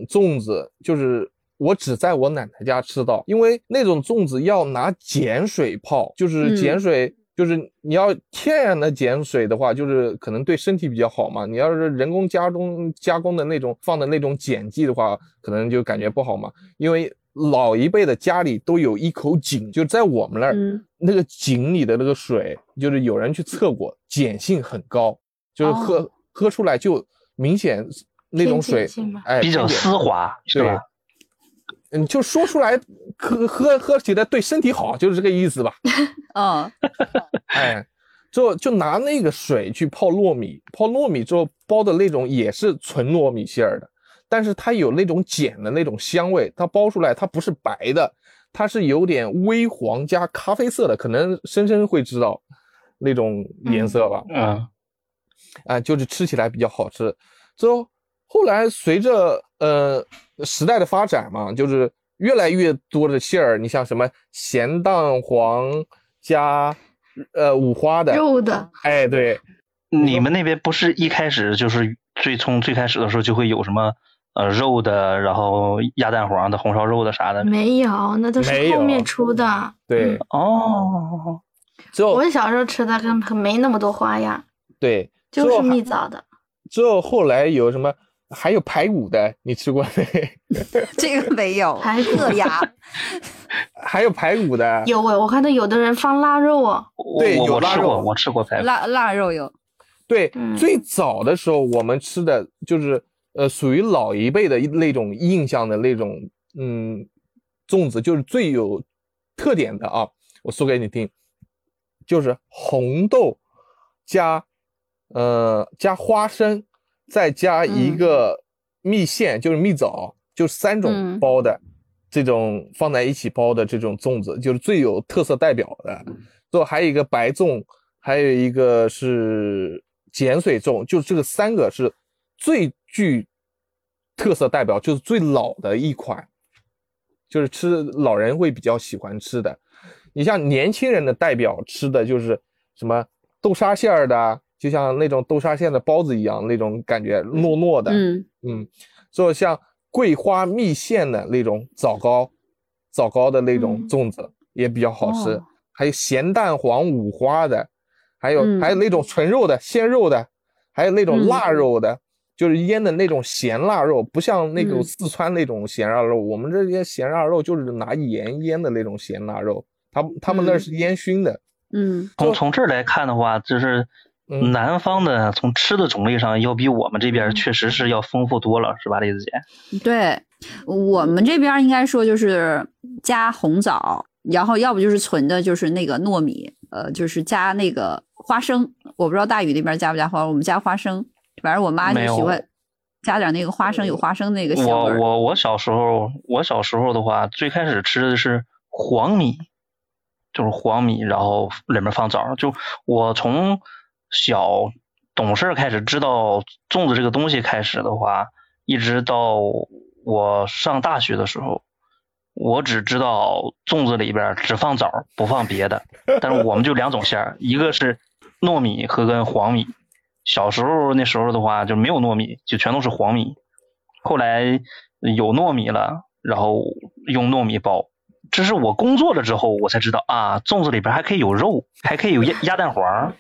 Speaker 2: 粽子，就是我只在我奶奶家吃到，因为那种粽子要拿碱水泡，就是
Speaker 1: 嗯
Speaker 2: 碱水。就是你要天然的碱水的话，就是可能对身体比较好嘛。你要是人工加工加工的那种放的那种碱剂的话，可能就感觉不好嘛。因为老一辈的家里都有一口井，就在我们那儿，
Speaker 1: 嗯
Speaker 2: 那个井里的那个水，就是有人去测过，碱性很高，就是喝、喝出来就明显那种水
Speaker 4: 哦偏碱性吗，
Speaker 2: 哎，
Speaker 3: 比较
Speaker 2: 偏碱
Speaker 3: 丝滑是
Speaker 2: 对
Speaker 3: 吧？
Speaker 2: 嗯，就说出来喝喝喝起来对身体好，就是这个意思吧？
Speaker 1: 哦，
Speaker 2: 哎，就就拿那个水去泡糯米，泡糯米之后包的那种也是纯糯米馅儿的，但是它有那种碱的那种香味，它包出来它不是白的，它是有点微黄加咖啡色的，可能深深会知道那种颜色吧。
Speaker 3: 嗯，
Speaker 2: 啊，就是吃起来比较好吃。之后后来随着呃时代的发展嘛，就是越来越多的馅儿，你像什么咸蛋黄加呃五花的，
Speaker 4: 肉的，
Speaker 2: 哎对，
Speaker 3: 你们那边不是一开始就是最从最开始的时候就会有什么呃肉的，然后鸭蛋黄嗯
Speaker 4: 嗯
Speaker 3: 的、红烧肉的啥的？
Speaker 4: 没有，那都
Speaker 2: 没
Speaker 4: 是
Speaker 2: 有
Speaker 4: 后面出的。
Speaker 2: 对
Speaker 4: 嗯，
Speaker 3: 哦，
Speaker 2: 只有
Speaker 4: 我小时候吃的跟没那么多花样，
Speaker 2: 对，只
Speaker 4: 就
Speaker 2: 有
Speaker 4: 是
Speaker 2: 还
Speaker 4: 蜜枣的。
Speaker 2: 只有后来有什么，还有排骨的，你吃过没？
Speaker 1: 这个没 有，
Speaker 4: 排骨
Speaker 1: 硌牙。
Speaker 2: 还有排骨的，
Speaker 4: 有哎，我看到有的人放腊肉哦，
Speaker 3: 我
Speaker 2: 对
Speaker 3: 我
Speaker 2: 有
Speaker 3: 我
Speaker 2: 腊
Speaker 3: 吃
Speaker 2: 肉
Speaker 3: 过，我吃过排骨，
Speaker 1: 腊腊肉有，
Speaker 2: 对，
Speaker 4: 嗯
Speaker 2: 最早的时候我们吃的就是呃，属于老一辈的那种印象的那种，嗯，粽子就是最有特点的啊。我说给你听，就是红豆加呃加花生，再加一
Speaker 4: 嗯
Speaker 2: 个蜜饯，就是蜜枣，就三种
Speaker 4: 嗯
Speaker 2: 包的、这种放在一起包的这种粽子，就是最有特色代表的。最后还有一个白粽，还有一个是碱水粽，就这个三个是最具特色代表，就是最老的一款，就是吃老人会比较喜欢吃的。你像年轻人的代表吃的就是什么豆沙馅儿的，啊就像那种豆沙馅的包子一样那种感觉，糯糯的，
Speaker 4: 嗯，
Speaker 2: 嗯，就像桂花蜜饯的那种枣糕，枣糕的那种
Speaker 4: 嗯
Speaker 2: 粽子、也比较好吃，
Speaker 1: 哦
Speaker 2: 还有咸蛋黄五花的，还有、还有
Speaker 4: 嗯
Speaker 2: 那种纯肉的、鲜肉的，还有那种
Speaker 4: 嗯
Speaker 2: 腊肉的，就是腌的那种咸腊肉，不像那种
Speaker 4: 嗯
Speaker 2: 四川那种咸腊肉，我们这些咸腊肉就是拿盐腌的那种咸腊肉，他们他们那
Speaker 4: 嗯
Speaker 2: 是烟熏的，
Speaker 1: 嗯，
Speaker 3: 从从这儿来看的话，就是
Speaker 2: 嗯
Speaker 3: 南方的从吃的种类上要比我们这边确实是要丰富多了，是吧，栗子姐？
Speaker 1: 对我们这边应该说就是加红枣，然后要不就是纯的，就是那个糯米，呃，就是加那个花生。我不知道大宇那边加不加花，我们加花生，反正我妈就
Speaker 3: 没有
Speaker 1: 喜欢加点那个花生，有花生那个香
Speaker 3: 我
Speaker 1: 味儿。
Speaker 3: 我我小时候，我小时候的话，最开始吃的是黄米，就是黄米，然后里面放枣儿。就我从小懂事儿开始知道粽子这个东西开始的话，一直到我上大学的时候，我只知道粽子里边儿只放枣儿不放别的，但是我们就两种馅儿，一个是糯米和跟黄米。小时候那时候的话就没有糯米，就全都是黄米。后来有糯米了，然后用糯米包。这是我工作了之后我才知道啊，粽子里边还可以有肉，还可以有鸭鸭蛋黄。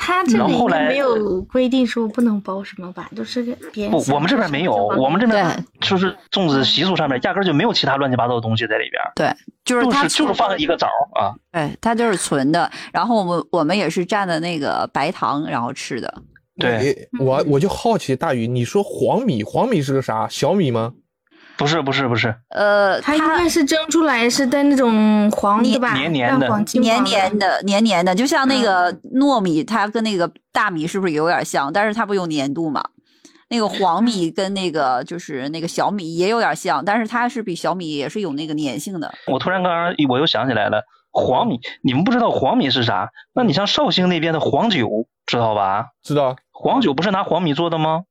Speaker 4: 他这
Speaker 3: 然
Speaker 4: 里
Speaker 3: 后
Speaker 4: 应
Speaker 3: 后来
Speaker 4: 该没有规定说不能包什么吧，就是给别人
Speaker 3: 不，
Speaker 4: 想
Speaker 3: 我们这边没有，
Speaker 4: 吃什么
Speaker 3: 我们这边
Speaker 1: 对
Speaker 3: 就是粽子习俗上面压根儿就没有其他乱七八糟的东西在里边儿，
Speaker 1: 就是
Speaker 3: 就
Speaker 1: 它
Speaker 3: 是就是放一个枣儿啊。
Speaker 1: 哎，它就是纯的。然后我们我们也是蘸的那个白糖，然后吃的。
Speaker 3: 对，
Speaker 2: 诶我
Speaker 4: 嗯
Speaker 2: 我就好奇大宇，你说黄米，黄米是个啥？小米吗？
Speaker 3: 不是不是不是，
Speaker 1: 呃，
Speaker 4: 它应该是蒸出来是带那种黄的吧，
Speaker 3: 黏黏的
Speaker 4: 带黄金
Speaker 1: 黏
Speaker 4: 黄
Speaker 1: 黏
Speaker 4: 的，嗯
Speaker 1: 的，黏黏的，就像那个糯米，它跟那个大米是不是有点像？但是它不有粘度嘛？那个
Speaker 4: 嗯
Speaker 1: 黄米跟那个就是那个小米也有点像，但是它是比小米也是有那个粘性的。
Speaker 3: 我突然刚刚我又想起来了，黄米，你们不知道黄米是啥？那你像绍兴那边的黄酒，知道吧？
Speaker 2: 知道？
Speaker 3: 黄酒不是拿黄米做的吗？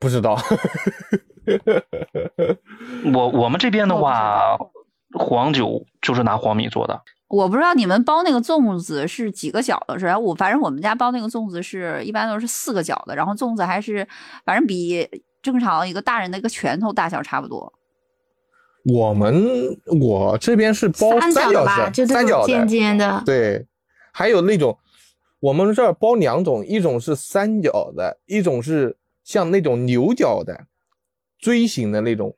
Speaker 2: 不知道？
Speaker 3: 我我们这边的话，黄酒就是拿黄米做的。
Speaker 1: 我不知道你们包那个粽子是几个角的，是吧？我反正我们家包那个粽子是一般都是四个角的，然后粽子还是反正比正常一个大人的一个拳头大小差不多。
Speaker 2: 我们我这边是包
Speaker 4: 三角
Speaker 2: 角
Speaker 4: 的吧，
Speaker 2: 形，
Speaker 4: 就这
Speaker 2: 三
Speaker 4: 种
Speaker 2: 角
Speaker 4: 尖
Speaker 2: 的，
Speaker 4: 尖的，
Speaker 2: 对，还有那种我们这儿包两种，一种是三角的，一种是像那种牛角的锥形的那种，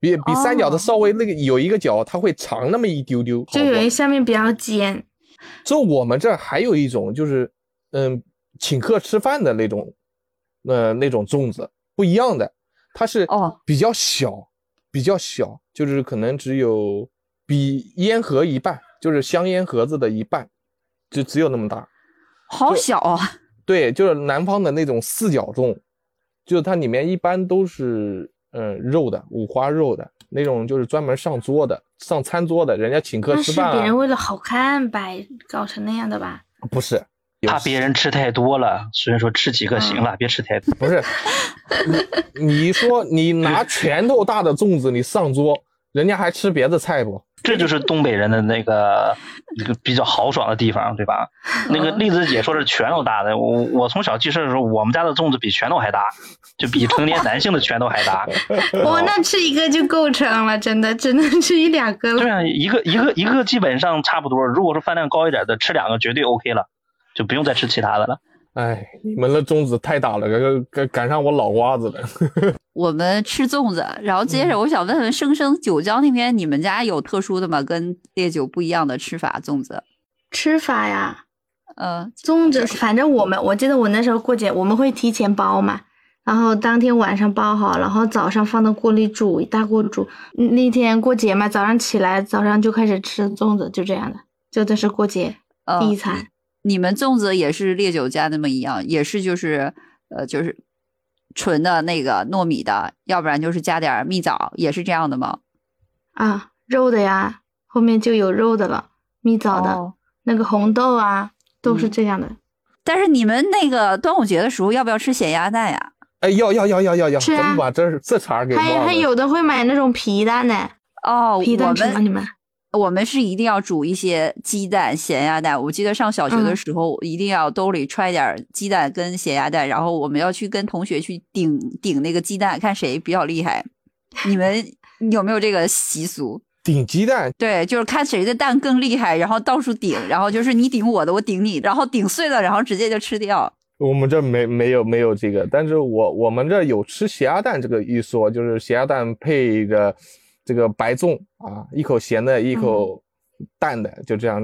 Speaker 2: 比比三角的
Speaker 4: 哦
Speaker 2: 稍微那个有一个角，它会长那么一丢丢。
Speaker 4: 就
Speaker 2: 好
Speaker 4: 有
Speaker 2: 多
Speaker 4: 一下面比较尖，
Speaker 2: 就我们这儿还有一种就是，嗯，请客吃饭的那种，呃，那种粽子不一样的，它是
Speaker 1: 哦
Speaker 2: 比较小，比较小，就是可能只有比烟盒一半，就是香烟盒子的一半，就只有那么大。
Speaker 1: 好小啊！
Speaker 2: 对，就是南方的那种四角粽，就是它里面一般都是嗯肉的，五花肉的那种，就是专门上桌的、上餐桌的，人家请客
Speaker 4: 那
Speaker 2: 吃
Speaker 4: 是
Speaker 2: 饭、
Speaker 4: 别人
Speaker 2: 啊，
Speaker 4: 为了好看摆搞成那样的吧？
Speaker 2: 不是。有
Speaker 3: 怕别人吃太多了，所以说吃几个行了，别吃太多。
Speaker 2: 不是，你你说你拿拳头大的粽子你上桌，人家还吃别的菜不？
Speaker 3: 这就是东北人的那个一个比较豪爽的地方，对吧？那个栗子姐说是拳头大的，我我从小记事的时候，我们家的粽子比拳头还大，就比成年男性的拳头还大。
Speaker 4: 我那吃一个就够撑了，真的只能吃一两个
Speaker 3: 对
Speaker 4: 了。
Speaker 3: 啊，一个一个一个基本上差不多。如果说饭量高一点的，吃两个绝对 OK 了，就不用再吃其他的了。
Speaker 2: 哎，你们的粽子太大了，赶赶赶上我脑瓜子了。
Speaker 1: 我们吃粽子，然后
Speaker 4: 嗯
Speaker 1: 接着我想问问生生九江那边，你们家有特殊的吗？跟烈酒不一样的吃法粽子？
Speaker 4: 吃法呀，
Speaker 1: 呃，
Speaker 4: 粽子，反正我们我记得我那时候过节，我们会提前包嘛，然后当天晚上包好，然后早上放到锅里煮，一大锅煮。嗯那天过节嘛，早上起来早上就开始吃粽子，就这样的，就这是过节
Speaker 1: 呃
Speaker 4: 第一餐。
Speaker 1: 你们粽子也是烈酒家那么一样，也是就是呃就是纯的那个糯米的，要不然就是加点儿蜜枣，也是这样的吗？
Speaker 4: 啊，肉的呀，后面就有肉的了，蜜枣的、
Speaker 1: 哦
Speaker 4: 那个红豆啊，都是
Speaker 1: 嗯
Speaker 4: 这样的。
Speaker 1: 但是你们那个端午节的时候，要不要吃咸鸭蛋呀？
Speaker 2: 哎，要要要要要要，
Speaker 4: 是
Speaker 2: 咱
Speaker 4: 啊
Speaker 2: 们把这这茬儿给忘
Speaker 4: 还
Speaker 2: 了。
Speaker 4: 还有的会买那种皮蛋呢，
Speaker 1: 哦，我
Speaker 4: 皮蛋吃吗？
Speaker 1: 们
Speaker 4: 你们
Speaker 1: 我们是一定要煮一些鸡蛋、咸鸭蛋。我记得上小学的
Speaker 4: 嗯
Speaker 1: 时候，一定要兜里揣点儿鸡蛋跟咸鸭蛋，然后我们要去跟同学去顶顶那个鸡蛋，看谁比较厉害。你们有没有这个习俗？
Speaker 2: 顶鸡蛋，
Speaker 1: 对，就是看谁的蛋更厉害，然后到处顶，然后就是你顶我的，我顶你，然后顶碎了，然后直接就吃掉。
Speaker 2: 我们这没没有没有这个，但是我我们这有吃咸鸭蛋这个一说，就是咸鸭蛋配着这个白粽啊，一口咸的，一口
Speaker 4: 嗯
Speaker 2: 淡的，就这样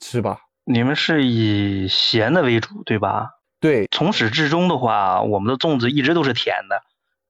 Speaker 2: 吃吧。
Speaker 3: 你们是以咸的为主，对吧？
Speaker 2: 对，
Speaker 3: 从始至终的话，我们的粽子一直都是甜的，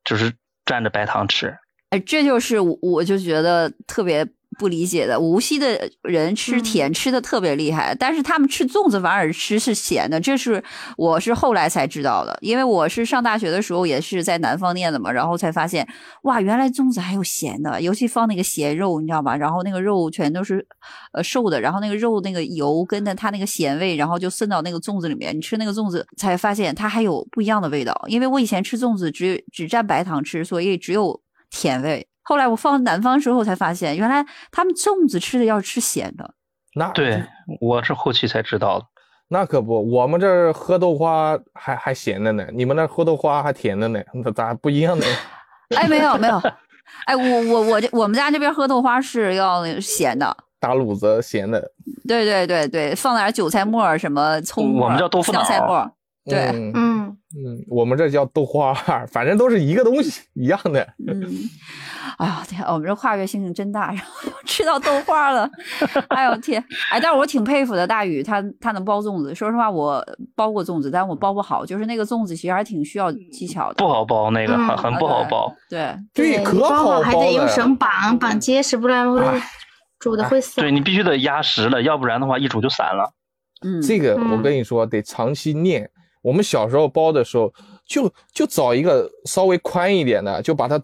Speaker 3: 就是蘸着白糖吃。
Speaker 1: 哎，这就是我我就觉得特别不理解的，无锡的人吃
Speaker 4: 嗯
Speaker 1: 甜吃的特别厉害，但是他们吃粽子反而吃是咸的，这是我是后来才知道的，因为我是上大学的时候也是在南方念的嘛，然后才发现哇，原来粽子还有咸的，尤其放那个咸肉，你知道吧？然后那个肉全都是呃瘦的，然后那个肉那个油跟着它那个咸味，然后就渗到那个粽子里面。你吃那个粽子才发现它还有不一样的味道，因为我以前吃粽子只只蘸白糖吃，所以只有甜味。后来我放南方之后才发现，原来他们粽子吃的要吃咸的。
Speaker 2: 那
Speaker 3: 对，我是后期才知道的。
Speaker 2: 那可不，我们这儿喝豆花还还咸的呢，你们那儿喝豆花还甜的呢，那咋不一样 呢？
Speaker 1: 哎，没有没 有，哎，我我我这我们家这边喝豆花是要那个咸的，
Speaker 2: 打卤子咸的，
Speaker 1: 对对对对，放点儿韭菜末儿什么葱末儿，
Speaker 3: 我们叫豆腐脑
Speaker 1: 香
Speaker 3: 儿
Speaker 1: 菜末儿，对
Speaker 2: 嗯
Speaker 4: 嗯，
Speaker 2: 嗯，我们这叫豆花，反正都是一个东西一样的。
Speaker 1: 嗯，哎呦天，我们这跨越性真大，然后又吃到豆花了，哎呦天，哎，但是我挺佩服的大宇，他他能包粽子。说实话，我包过粽子，但我包不好，就是那个粽子其实还挺需要技巧的
Speaker 3: 嗯不。好包那个，很
Speaker 4: 嗯
Speaker 3: 很不好包。
Speaker 1: 对，
Speaker 2: 对可
Speaker 4: 包
Speaker 2: 好
Speaker 4: 好还
Speaker 2: 包
Speaker 4: 得用
Speaker 2: 了
Speaker 4: 绳绑绑
Speaker 1: 嗯
Speaker 4: 结实，不然会
Speaker 2: 哎
Speaker 4: 煮的会散
Speaker 3: 对。你必须得压实了，要不然的话一煮就散了。
Speaker 1: 嗯，
Speaker 2: 这个我
Speaker 4: 嗯
Speaker 2: 跟你说，得长期练。我们小时候包的时候，就就找一个稍微宽一点的，就把它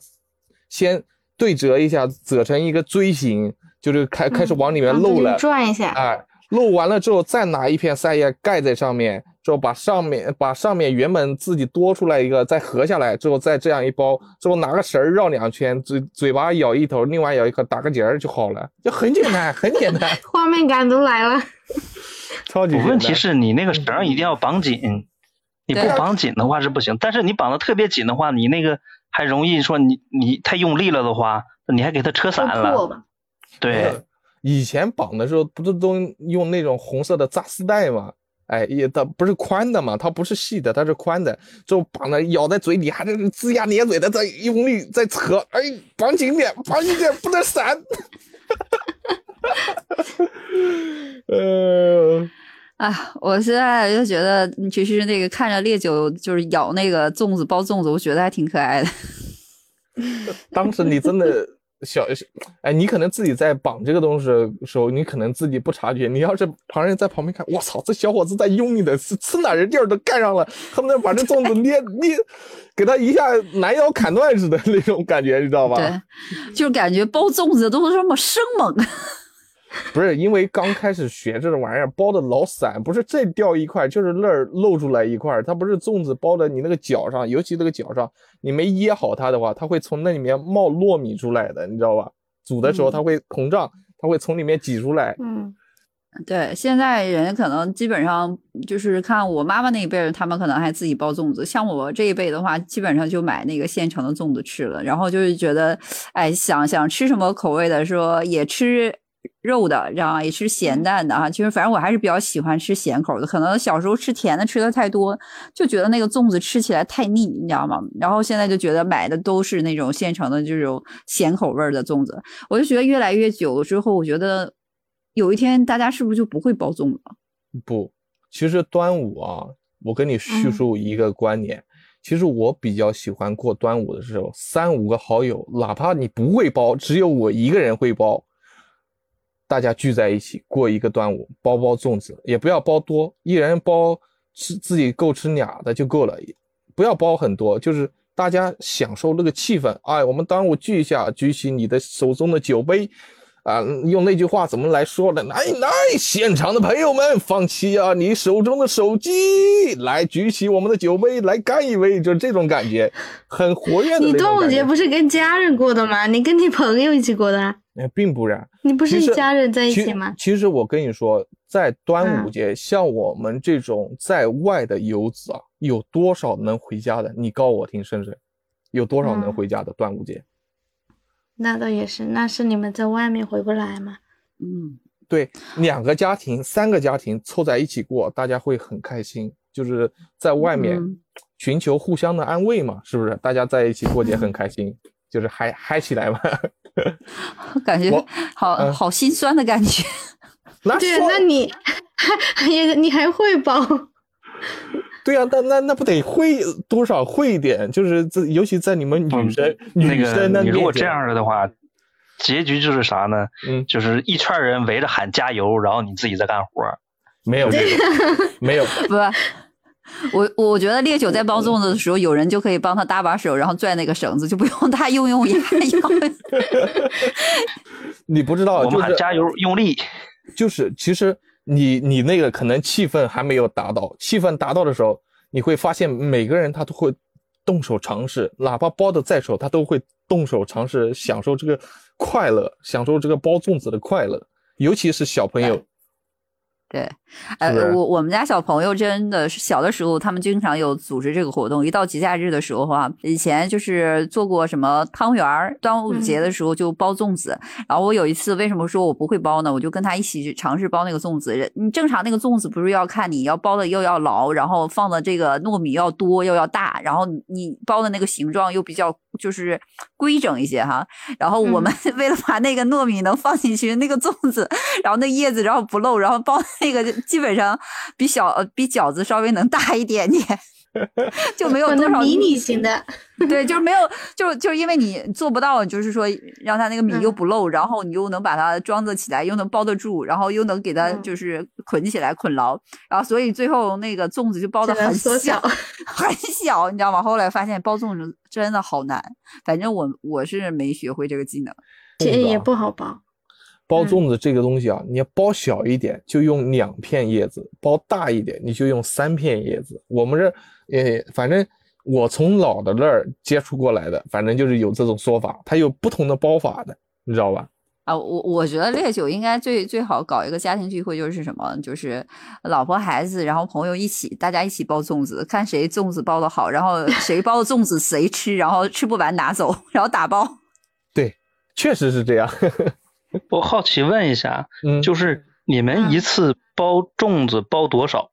Speaker 2: 先对折一下，折成一个锥形，就是开开始往里面
Speaker 4: 然后
Speaker 2: 漏
Speaker 4: 嗯就
Speaker 2: 了，
Speaker 4: 转一下，
Speaker 2: 哎，漏完了之后，再拿一片菜叶盖在上面，之后把上面把上面原本自己多出来一个再合下来，之后再这样一包，之后拿个绳儿绕两圈，嘴嘴巴咬一头，另外咬一口，打个结儿就好了，就很简单，很简单，
Speaker 4: 画面感都来 了。
Speaker 2: 超级简
Speaker 3: 我
Speaker 2: 单。
Speaker 3: 问题是你那个绳儿一定要绑紧，你不
Speaker 1: 对
Speaker 3: 绑紧的话是不行。但是你绑的特别紧的话，你那个还容易说你你太用力了的话，你还给它扯散
Speaker 4: 破
Speaker 3: 了。
Speaker 4: 吧，
Speaker 2: 呃
Speaker 3: 对，
Speaker 2: 以前绑的时候不是都用那种红色的扎丝带吗？哎，也它不是宽的嘛，它不是细的，它是宽的，就绑的咬在嘴里，还是龇牙咧嘴的在用力在扯，哎，绑紧点，绑紧点，不能散。 呃，
Speaker 1: 哎，我现在就觉得，其实那个看着烈酒就是咬那个粽子包粽子，我觉得还挺可爱的。
Speaker 2: 当时你真的小， 哎，你可能自己在绑这个东西的时候，你可能自己不察觉。你要是旁人在旁边看，我操，这小伙子在用力的，是吃哪人地儿都干上了，恨不得把这粽子捏捏，给他一下拦腰砍断似的那种感觉，你知道吧？
Speaker 1: 对，就是感觉包粽子都这么生猛。
Speaker 2: 不是因为刚开始学这种玩意儿，包的老散，不是这掉一块，就是那儿露出来一块儿。它不是粽子包的你那个角上，尤其那个角上，你没掖好它的话，它会从那里面冒糯米出来的，你知道吧？煮的时候它会膨胀，它会从里面挤出来。
Speaker 4: 嗯，
Speaker 1: 对，现在人可能基本上就是看我妈妈那一辈人，他们可能还自己包粽子。像我这一辈的话，基本上就买那个现成的粽子吃了。然后就是觉得，哎，想想吃什么口味的，说也吃肉的，然后也吃咸淡的啊。其实反正我还是比较喜欢吃咸口的，可能小时候吃甜的吃的太多，就觉得那个粽子吃起来太腻，你知道吗？然后现在就觉得买的都是那种现成的这种咸口味儿的粽子。我就觉得越来越久之后，我觉得。有一天，大家是不是就不会包粽子了？
Speaker 2: 不，其实端午啊，我跟你叙述一个观点。嗯、其实我比较喜欢过端午的时候，三五个好友，哪怕你不会包，只有我一个人会包，大家聚在一起过一个端午，包包粽子，也不要包多，一人包吃自己够吃俩的就够了，不要包很多，就是大家享受那个气氛。哎，我们端午聚一下，举起你的手中的酒杯。啊，用那句话怎么来说的？来来，现场的朋友们，放弃啊你手中的手机，来举起我们的酒杯，来干一杯，就是这种感觉，很活跃的。
Speaker 4: 你端午节不是跟家人过的吗？你跟你朋友一起过的、啊？
Speaker 2: 那哎并不然。
Speaker 4: 你不是一家人在一起吗？
Speaker 2: 其实我跟你说，在端午节，嗯、像我们这种在外的游子啊，有多少能回家的？你告我听，深水，有多少
Speaker 4: 嗯
Speaker 2: 能回家的？端午节？
Speaker 4: 那倒也是，那是你们在外面回不来嘛？
Speaker 1: 嗯，
Speaker 2: 对，两个家庭、三个家庭凑在一起过，大家会很开心，就是在外面
Speaker 4: 嗯
Speaker 1: 嗯
Speaker 2: 寻求互相的安慰嘛，嗯、是不是？大家在一起过节很开心，嗯、就是嗨嗨起来嘛。
Speaker 1: 感觉 好、
Speaker 2: 呃
Speaker 1: 嗯、好心酸的感觉。
Speaker 2: 啊
Speaker 4: 对，啊那你 还也你还会包？
Speaker 2: 对呀、啊，那那那不得会多少会一点，就是这，尤其在你们女生、嗯、
Speaker 3: 那
Speaker 2: 女生
Speaker 3: 那。你如果这样的话，结局就是啥呢？
Speaker 2: 嗯，
Speaker 3: 就是一圈人围着喊加油，然后你自己在干活。
Speaker 2: 没有， 没有，
Speaker 1: 不，我我觉得烈酒在包粽子的时候，有人就可以帮他搭把手，然后拽那个绳子，就不用 他用用牙咬。
Speaker 2: 你不知道，
Speaker 3: 我们喊加油，用力。
Speaker 2: 就是其实。你你那个可能气氛还没有达到，气氛达到的时候，你会发现每个人他都会动手尝试，哪怕包的再丑，他都会动手尝试，享受这个快乐，享受这个包粽子的快乐，尤其是小朋友。
Speaker 1: 对，呃，我我们家小朋友真的是小的时候，他们经常有组织这个活动。一到节假日的时候啊，以前就是做过什么汤圆儿，端午节的时候就包粽子。嗯、然后我有一次为什么说我不会包呢？我就跟他一起去尝试包那个粽子。你正常那个粽子不是要看你要包的又要牢，然后放的这个糯米要多又要大，然后你包的那个形状又比较就是规整一些哈。然后我们
Speaker 4: 嗯
Speaker 1: 为了把那个糯米能放进去，嗯、那个粽子，然后那叶子然后不漏，然后包。 那个基本上比小呃比饺子稍微能大一点 点，就没有多少
Speaker 4: 迷你型的，
Speaker 1: 对， 就是没有，就就是因为你做不到，就是说让它那个米又不漏，嗯、然后你又能把它装得起来，又能包得住，然后又能给它就是捆起来、嗯、捆牢，然后所以最后那个粽子就包的很
Speaker 4: 小
Speaker 1: 很小，你知道吗？后来发现包粽子真的好难，反正我我是没学会这个技能，
Speaker 4: 这
Speaker 2: 啊
Speaker 4: 也不好包。
Speaker 2: 包粽子这个东西啊，你要包小一点就用两片叶子，包大一点你就用三片叶子。我们这，呃，反正我从老的那儿接触过来的，反正就是有这种说法，它有不同的包法的，你知道吧？
Speaker 1: 啊，我我觉得烈酒应该最最好搞一个家庭聚会，就是什么，就是老婆孩子，然后朋友一起，大家一起包粽子，看谁粽子包的好，然 后谁包的粽子谁吃，然后吃不完拿走，然后打包。
Speaker 2: 对，确实是这样。
Speaker 3: 我好奇问一下，
Speaker 2: 嗯，
Speaker 3: 就是你们一次包粽子包多少？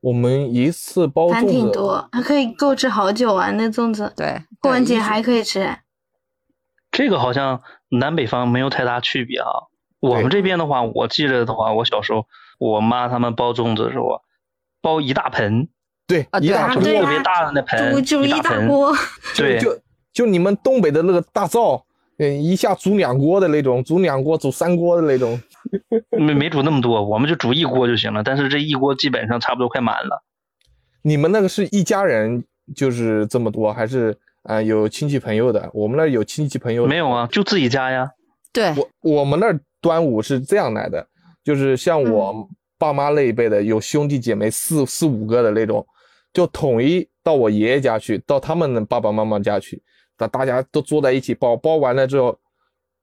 Speaker 2: 我们一次包
Speaker 4: 还挺多，还可以够吃好久啊！那粽子，
Speaker 1: 对，
Speaker 4: 过完节还可以吃。
Speaker 3: 这个好像南北方没有太大区别啊。我们这边的话，我记着的话，我小时候我妈他们包粽子的时候，啊包一大盆，
Speaker 2: 对，
Speaker 1: 啊
Speaker 2: 一大
Speaker 3: 特别大的那盆，
Speaker 4: 就
Speaker 3: 一
Speaker 4: 大
Speaker 3: 锅，对，
Speaker 2: 就就你们东北的那个大灶。嗯，一下煮两锅的那种，煮两锅、煮三锅的那种，
Speaker 3: 没没煮那么多，我们就煮一锅就行了。但是这一锅基本上差不多快满了。
Speaker 2: 你们那个是一家人就是这么多，还是啊、呃、有亲戚朋友的？我们那有亲戚朋友
Speaker 3: 没有啊？就自己家呀。
Speaker 1: 对，
Speaker 2: 我我们那端午是这样来的，就是像我爸妈那一辈的，有兄弟姐妹四四五个的那种，就统一到我爷爷家去，到他们爸爸妈妈家去。那大家都坐在一起包，包完了之后，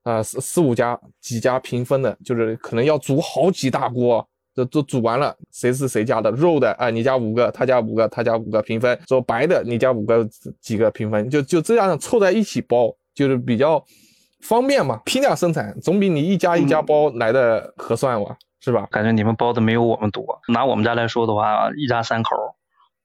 Speaker 2: 啊、呃四四五家几家平分的，就是可能要煮好几大锅，这都煮完了，谁是谁家的肉的啊、你家五个，他家五个，他家五个平分，说白的你家五个几个平分，就就这样凑在一起包，就是比较方便嘛，批量生产总比你一家一家包来的合算哇，是吧？
Speaker 3: 感觉你们包的没有我们多。拿我们家来说的话，一家三口儿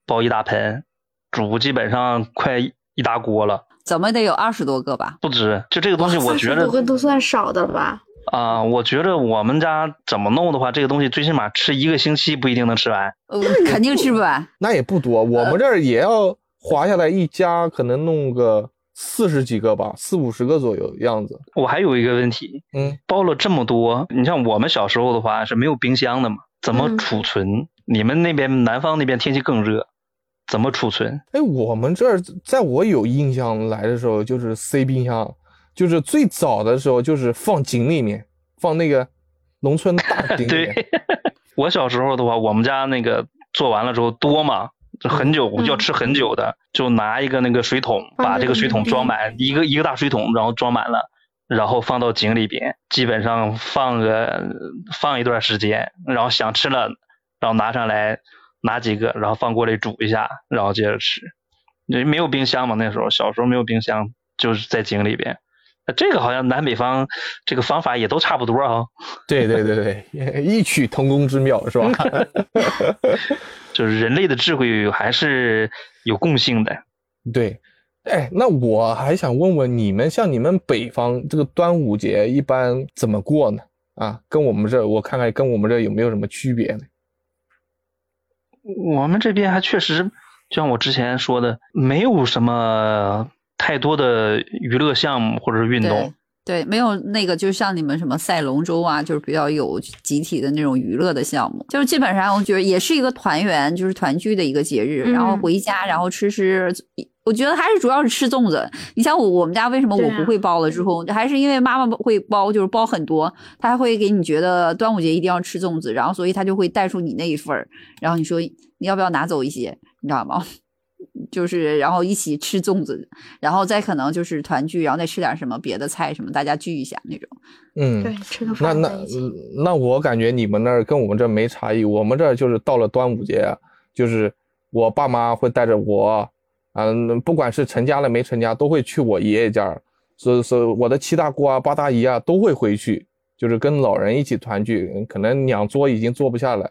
Speaker 3: 包一大盆，煮基本上快一大锅了，
Speaker 1: 怎么得有二十多个吧？
Speaker 3: 不止。就这个东西，我觉
Speaker 4: 30多
Speaker 3: 得
Speaker 4: 个 都算少的了吧？
Speaker 3: 啊、我觉得我们家怎么弄的话，这个东西最起码吃一个星期不一定能吃完。
Speaker 1: 呃，肯定吃不完。
Speaker 2: 那也不多，我们这儿也要划下来一家，可能弄个四十几个吧，四五十个左右样子。
Speaker 3: 我还有一个问题，
Speaker 2: 嗯，
Speaker 3: 包了这么多，你像我们小时候的话是没有冰箱的嘛，怎么
Speaker 4: 嗯
Speaker 3: 储存？你们那边南方那边天气更热，怎么储存？
Speaker 2: 哎，我们这儿在我有印象来的时候，就是塞冰箱，就是最早的时候就是放井里面，放那个农村大井里面。
Speaker 3: 对， 我小时候的话，我们家那个做完了之后多嘛，就很久、
Speaker 4: 嗯
Speaker 3: 要吃很久的，就拿一个那个水桶，
Speaker 4: 放
Speaker 3: 把
Speaker 4: 那
Speaker 3: 这
Speaker 4: 个
Speaker 3: 个水桶
Speaker 4: 冰
Speaker 3: 装满，一个一个大水桶，然后装满了。然后放到井里边，基本上放个放一段时间，然后想吃了，然后拿上来拿几个，然后放锅里煮一下，然后接着吃。因为没有冰箱嘛，那时候小时候没有冰箱，就是在井里边。呃这个好像南北方这个方法也都差不多啊、
Speaker 2: 对对对对， 异曲同工之妙是吧？
Speaker 3: 就是人类的智慧还是有共性的。
Speaker 2: 对，哎，那我还想问问你们，像你们北方这个端午节一般怎么过呢？啊，跟我们这儿我看看跟我们这儿有没有什么区别呢？
Speaker 3: 我们这边还确实，就像我之前说的，没有什么太多的娱乐项目或者是运动
Speaker 1: 对。对，没有那个，就像你们什么赛龙舟啊，就是比较有集体的那种娱乐的项目，就是基本上我觉得也是一个团圆，就是团聚的一个节日。
Speaker 4: 嗯
Speaker 1: 然后回家，然后吃吃，我觉得还是主要是吃粽子。你像我，我们家为什么
Speaker 4: 对
Speaker 1: 我
Speaker 4: 啊
Speaker 1: 不会包了之后，还是因为妈妈会包，就是包很多，她还会给你觉得端午节一定要吃粽子，然后所以她就会带出你那一份儿，然后你说你要不要拿走一些，你知道吗？ 就是然后一起吃粽子，然后再可能就是团聚，然后再吃点什么别的菜什么，大家聚一下那种。
Speaker 2: 嗯，
Speaker 4: 对，吃个
Speaker 2: 那
Speaker 4: 饭
Speaker 2: 那
Speaker 4: 在一起
Speaker 2: 嗯那我感觉你们那儿跟我们这儿没差异，我们这儿就是到了端午节，就是我爸妈会带着我，嗯，不管是成家了没成家，都会去我爷爷家儿，所以所以我的七大姑啊、八大姨啊都会回去，就是跟老人一起团聚，嗯可能两桌已经坐不下了。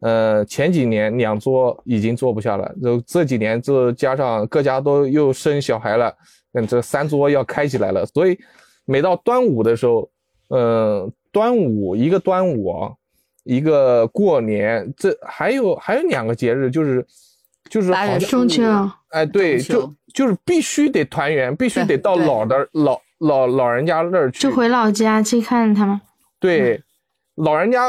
Speaker 2: 呃，前几年两桌已经坐不下了，就这几年就加上各家都又生小孩了，嗯，这三桌要开起来了，所以每到端午的时候，呃，端午一个端午啊，一个过年，这还有还有两个节日，就是就是
Speaker 1: 八
Speaker 2: 好
Speaker 1: 月
Speaker 2: 像
Speaker 1: 十五
Speaker 4: 中秋，
Speaker 2: 哎，对，
Speaker 1: 中秋
Speaker 2: 就就是必须得团圆，必须
Speaker 4: 对
Speaker 2: 得到
Speaker 1: 对
Speaker 2: 老的老老老人家那儿去，
Speaker 4: 就回老家去看他们。
Speaker 2: 对，老人家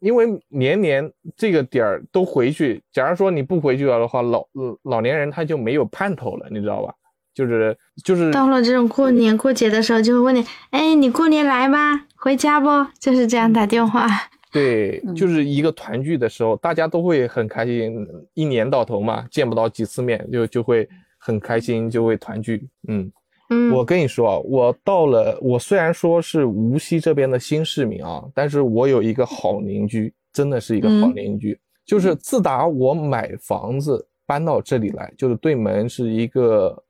Speaker 2: 因为年年这个点儿都回去，假如说你不回去了的话，老嗯老年人他就没有盼头了，你知道吧？就是就是
Speaker 4: 到了这种过年过节的时候，就会问你，哎，你过年来吗？回家不？就是这样打电话。
Speaker 2: 对，就
Speaker 1: 嗯
Speaker 2: 是一个团聚的时候，大家都会很开心，一年到头嘛，见不到几次面，就就会很开心，就会团聚。嗯，
Speaker 4: 嗯，
Speaker 2: 我跟你说啊，我到了，我虽然说是无锡这边的新市民啊，但是我有一个好邻居，真的是一个好
Speaker 4: 嗯
Speaker 2: 邻居。就是自打我买房子搬到这里来，就是对门是一个，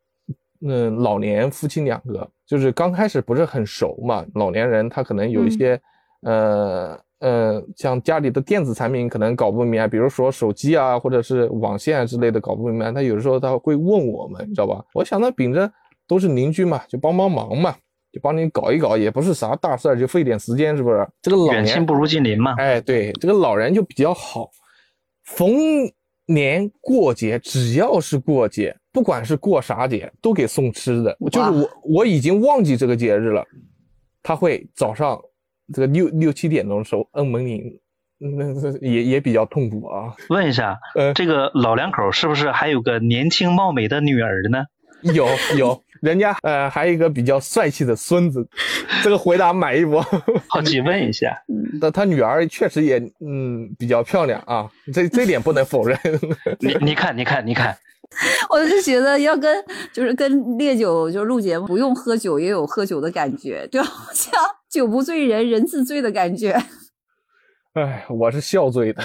Speaker 2: 嗯，老年夫妻两个，就是刚开始不是很熟嘛，老年人他可能有一
Speaker 4: 嗯
Speaker 2: 些，呃呃，像家里的电子产品可能搞不明白，比如说手机啊，或者是网线啊之类的搞不明白，他有时候他会问我们，你知道吧？我想着秉着都是邻居嘛，就帮帮忙嘛，就帮你搞一搞，也不是啥大事儿，就费点时间，是不是？这个老
Speaker 3: 远
Speaker 2: 年
Speaker 3: 亲不如近邻嘛。
Speaker 2: 哎，对，这个老人就比较好，逢年过节，只要是过节，不管是过啥节，都给送吃的。就
Speaker 1: 哇
Speaker 2: 是我我已经忘记这个节日了，他会早上这个六六七点钟的时候摁门铃，那那也也比较痛苦啊。
Speaker 3: 问一下，
Speaker 2: 呃，
Speaker 3: 这个老两口是不是还有个年轻貌美的女儿呢？
Speaker 2: 有有，人家呃还有一个比较帅气的孙子，这个回答满意不？
Speaker 3: 好奇问一下。
Speaker 1: 嗯，
Speaker 2: 但他女儿确实也嗯比较漂亮啊，这这点不能否认。
Speaker 3: 你你看，你看，你看，
Speaker 1: 我就觉得要跟就是跟烈酒就是录节目，不用喝酒也有喝酒的感觉，就好像酒不醉人人自醉的感觉。
Speaker 2: 哎，我是笑醉的。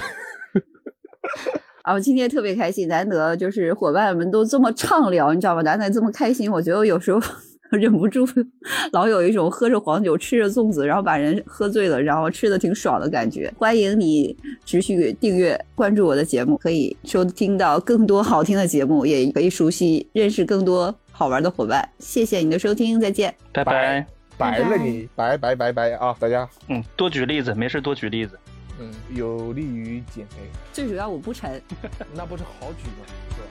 Speaker 1: 啊，我今天特别开心，难得就是伙伴们都这么畅聊，你知道吗？难得这么开心，我觉得有时候 忍不住 老有一种喝着黄酒吃着粽子，然后把人喝醉了，然后吃的挺爽的感觉。欢迎你持续订阅关注我的节目，可以收听到更多好听的节目，也可以熟悉认识更多好玩的伙伴。谢谢你的收听，再见。
Speaker 3: 拜拜。
Speaker 2: 白了你，拜拜拜拜啊！大家，
Speaker 3: 嗯，多举例子，没事多举例子。
Speaker 2: 嗯，有利于减肥，
Speaker 1: 最主要我不沉。
Speaker 2: 那不是好举吗？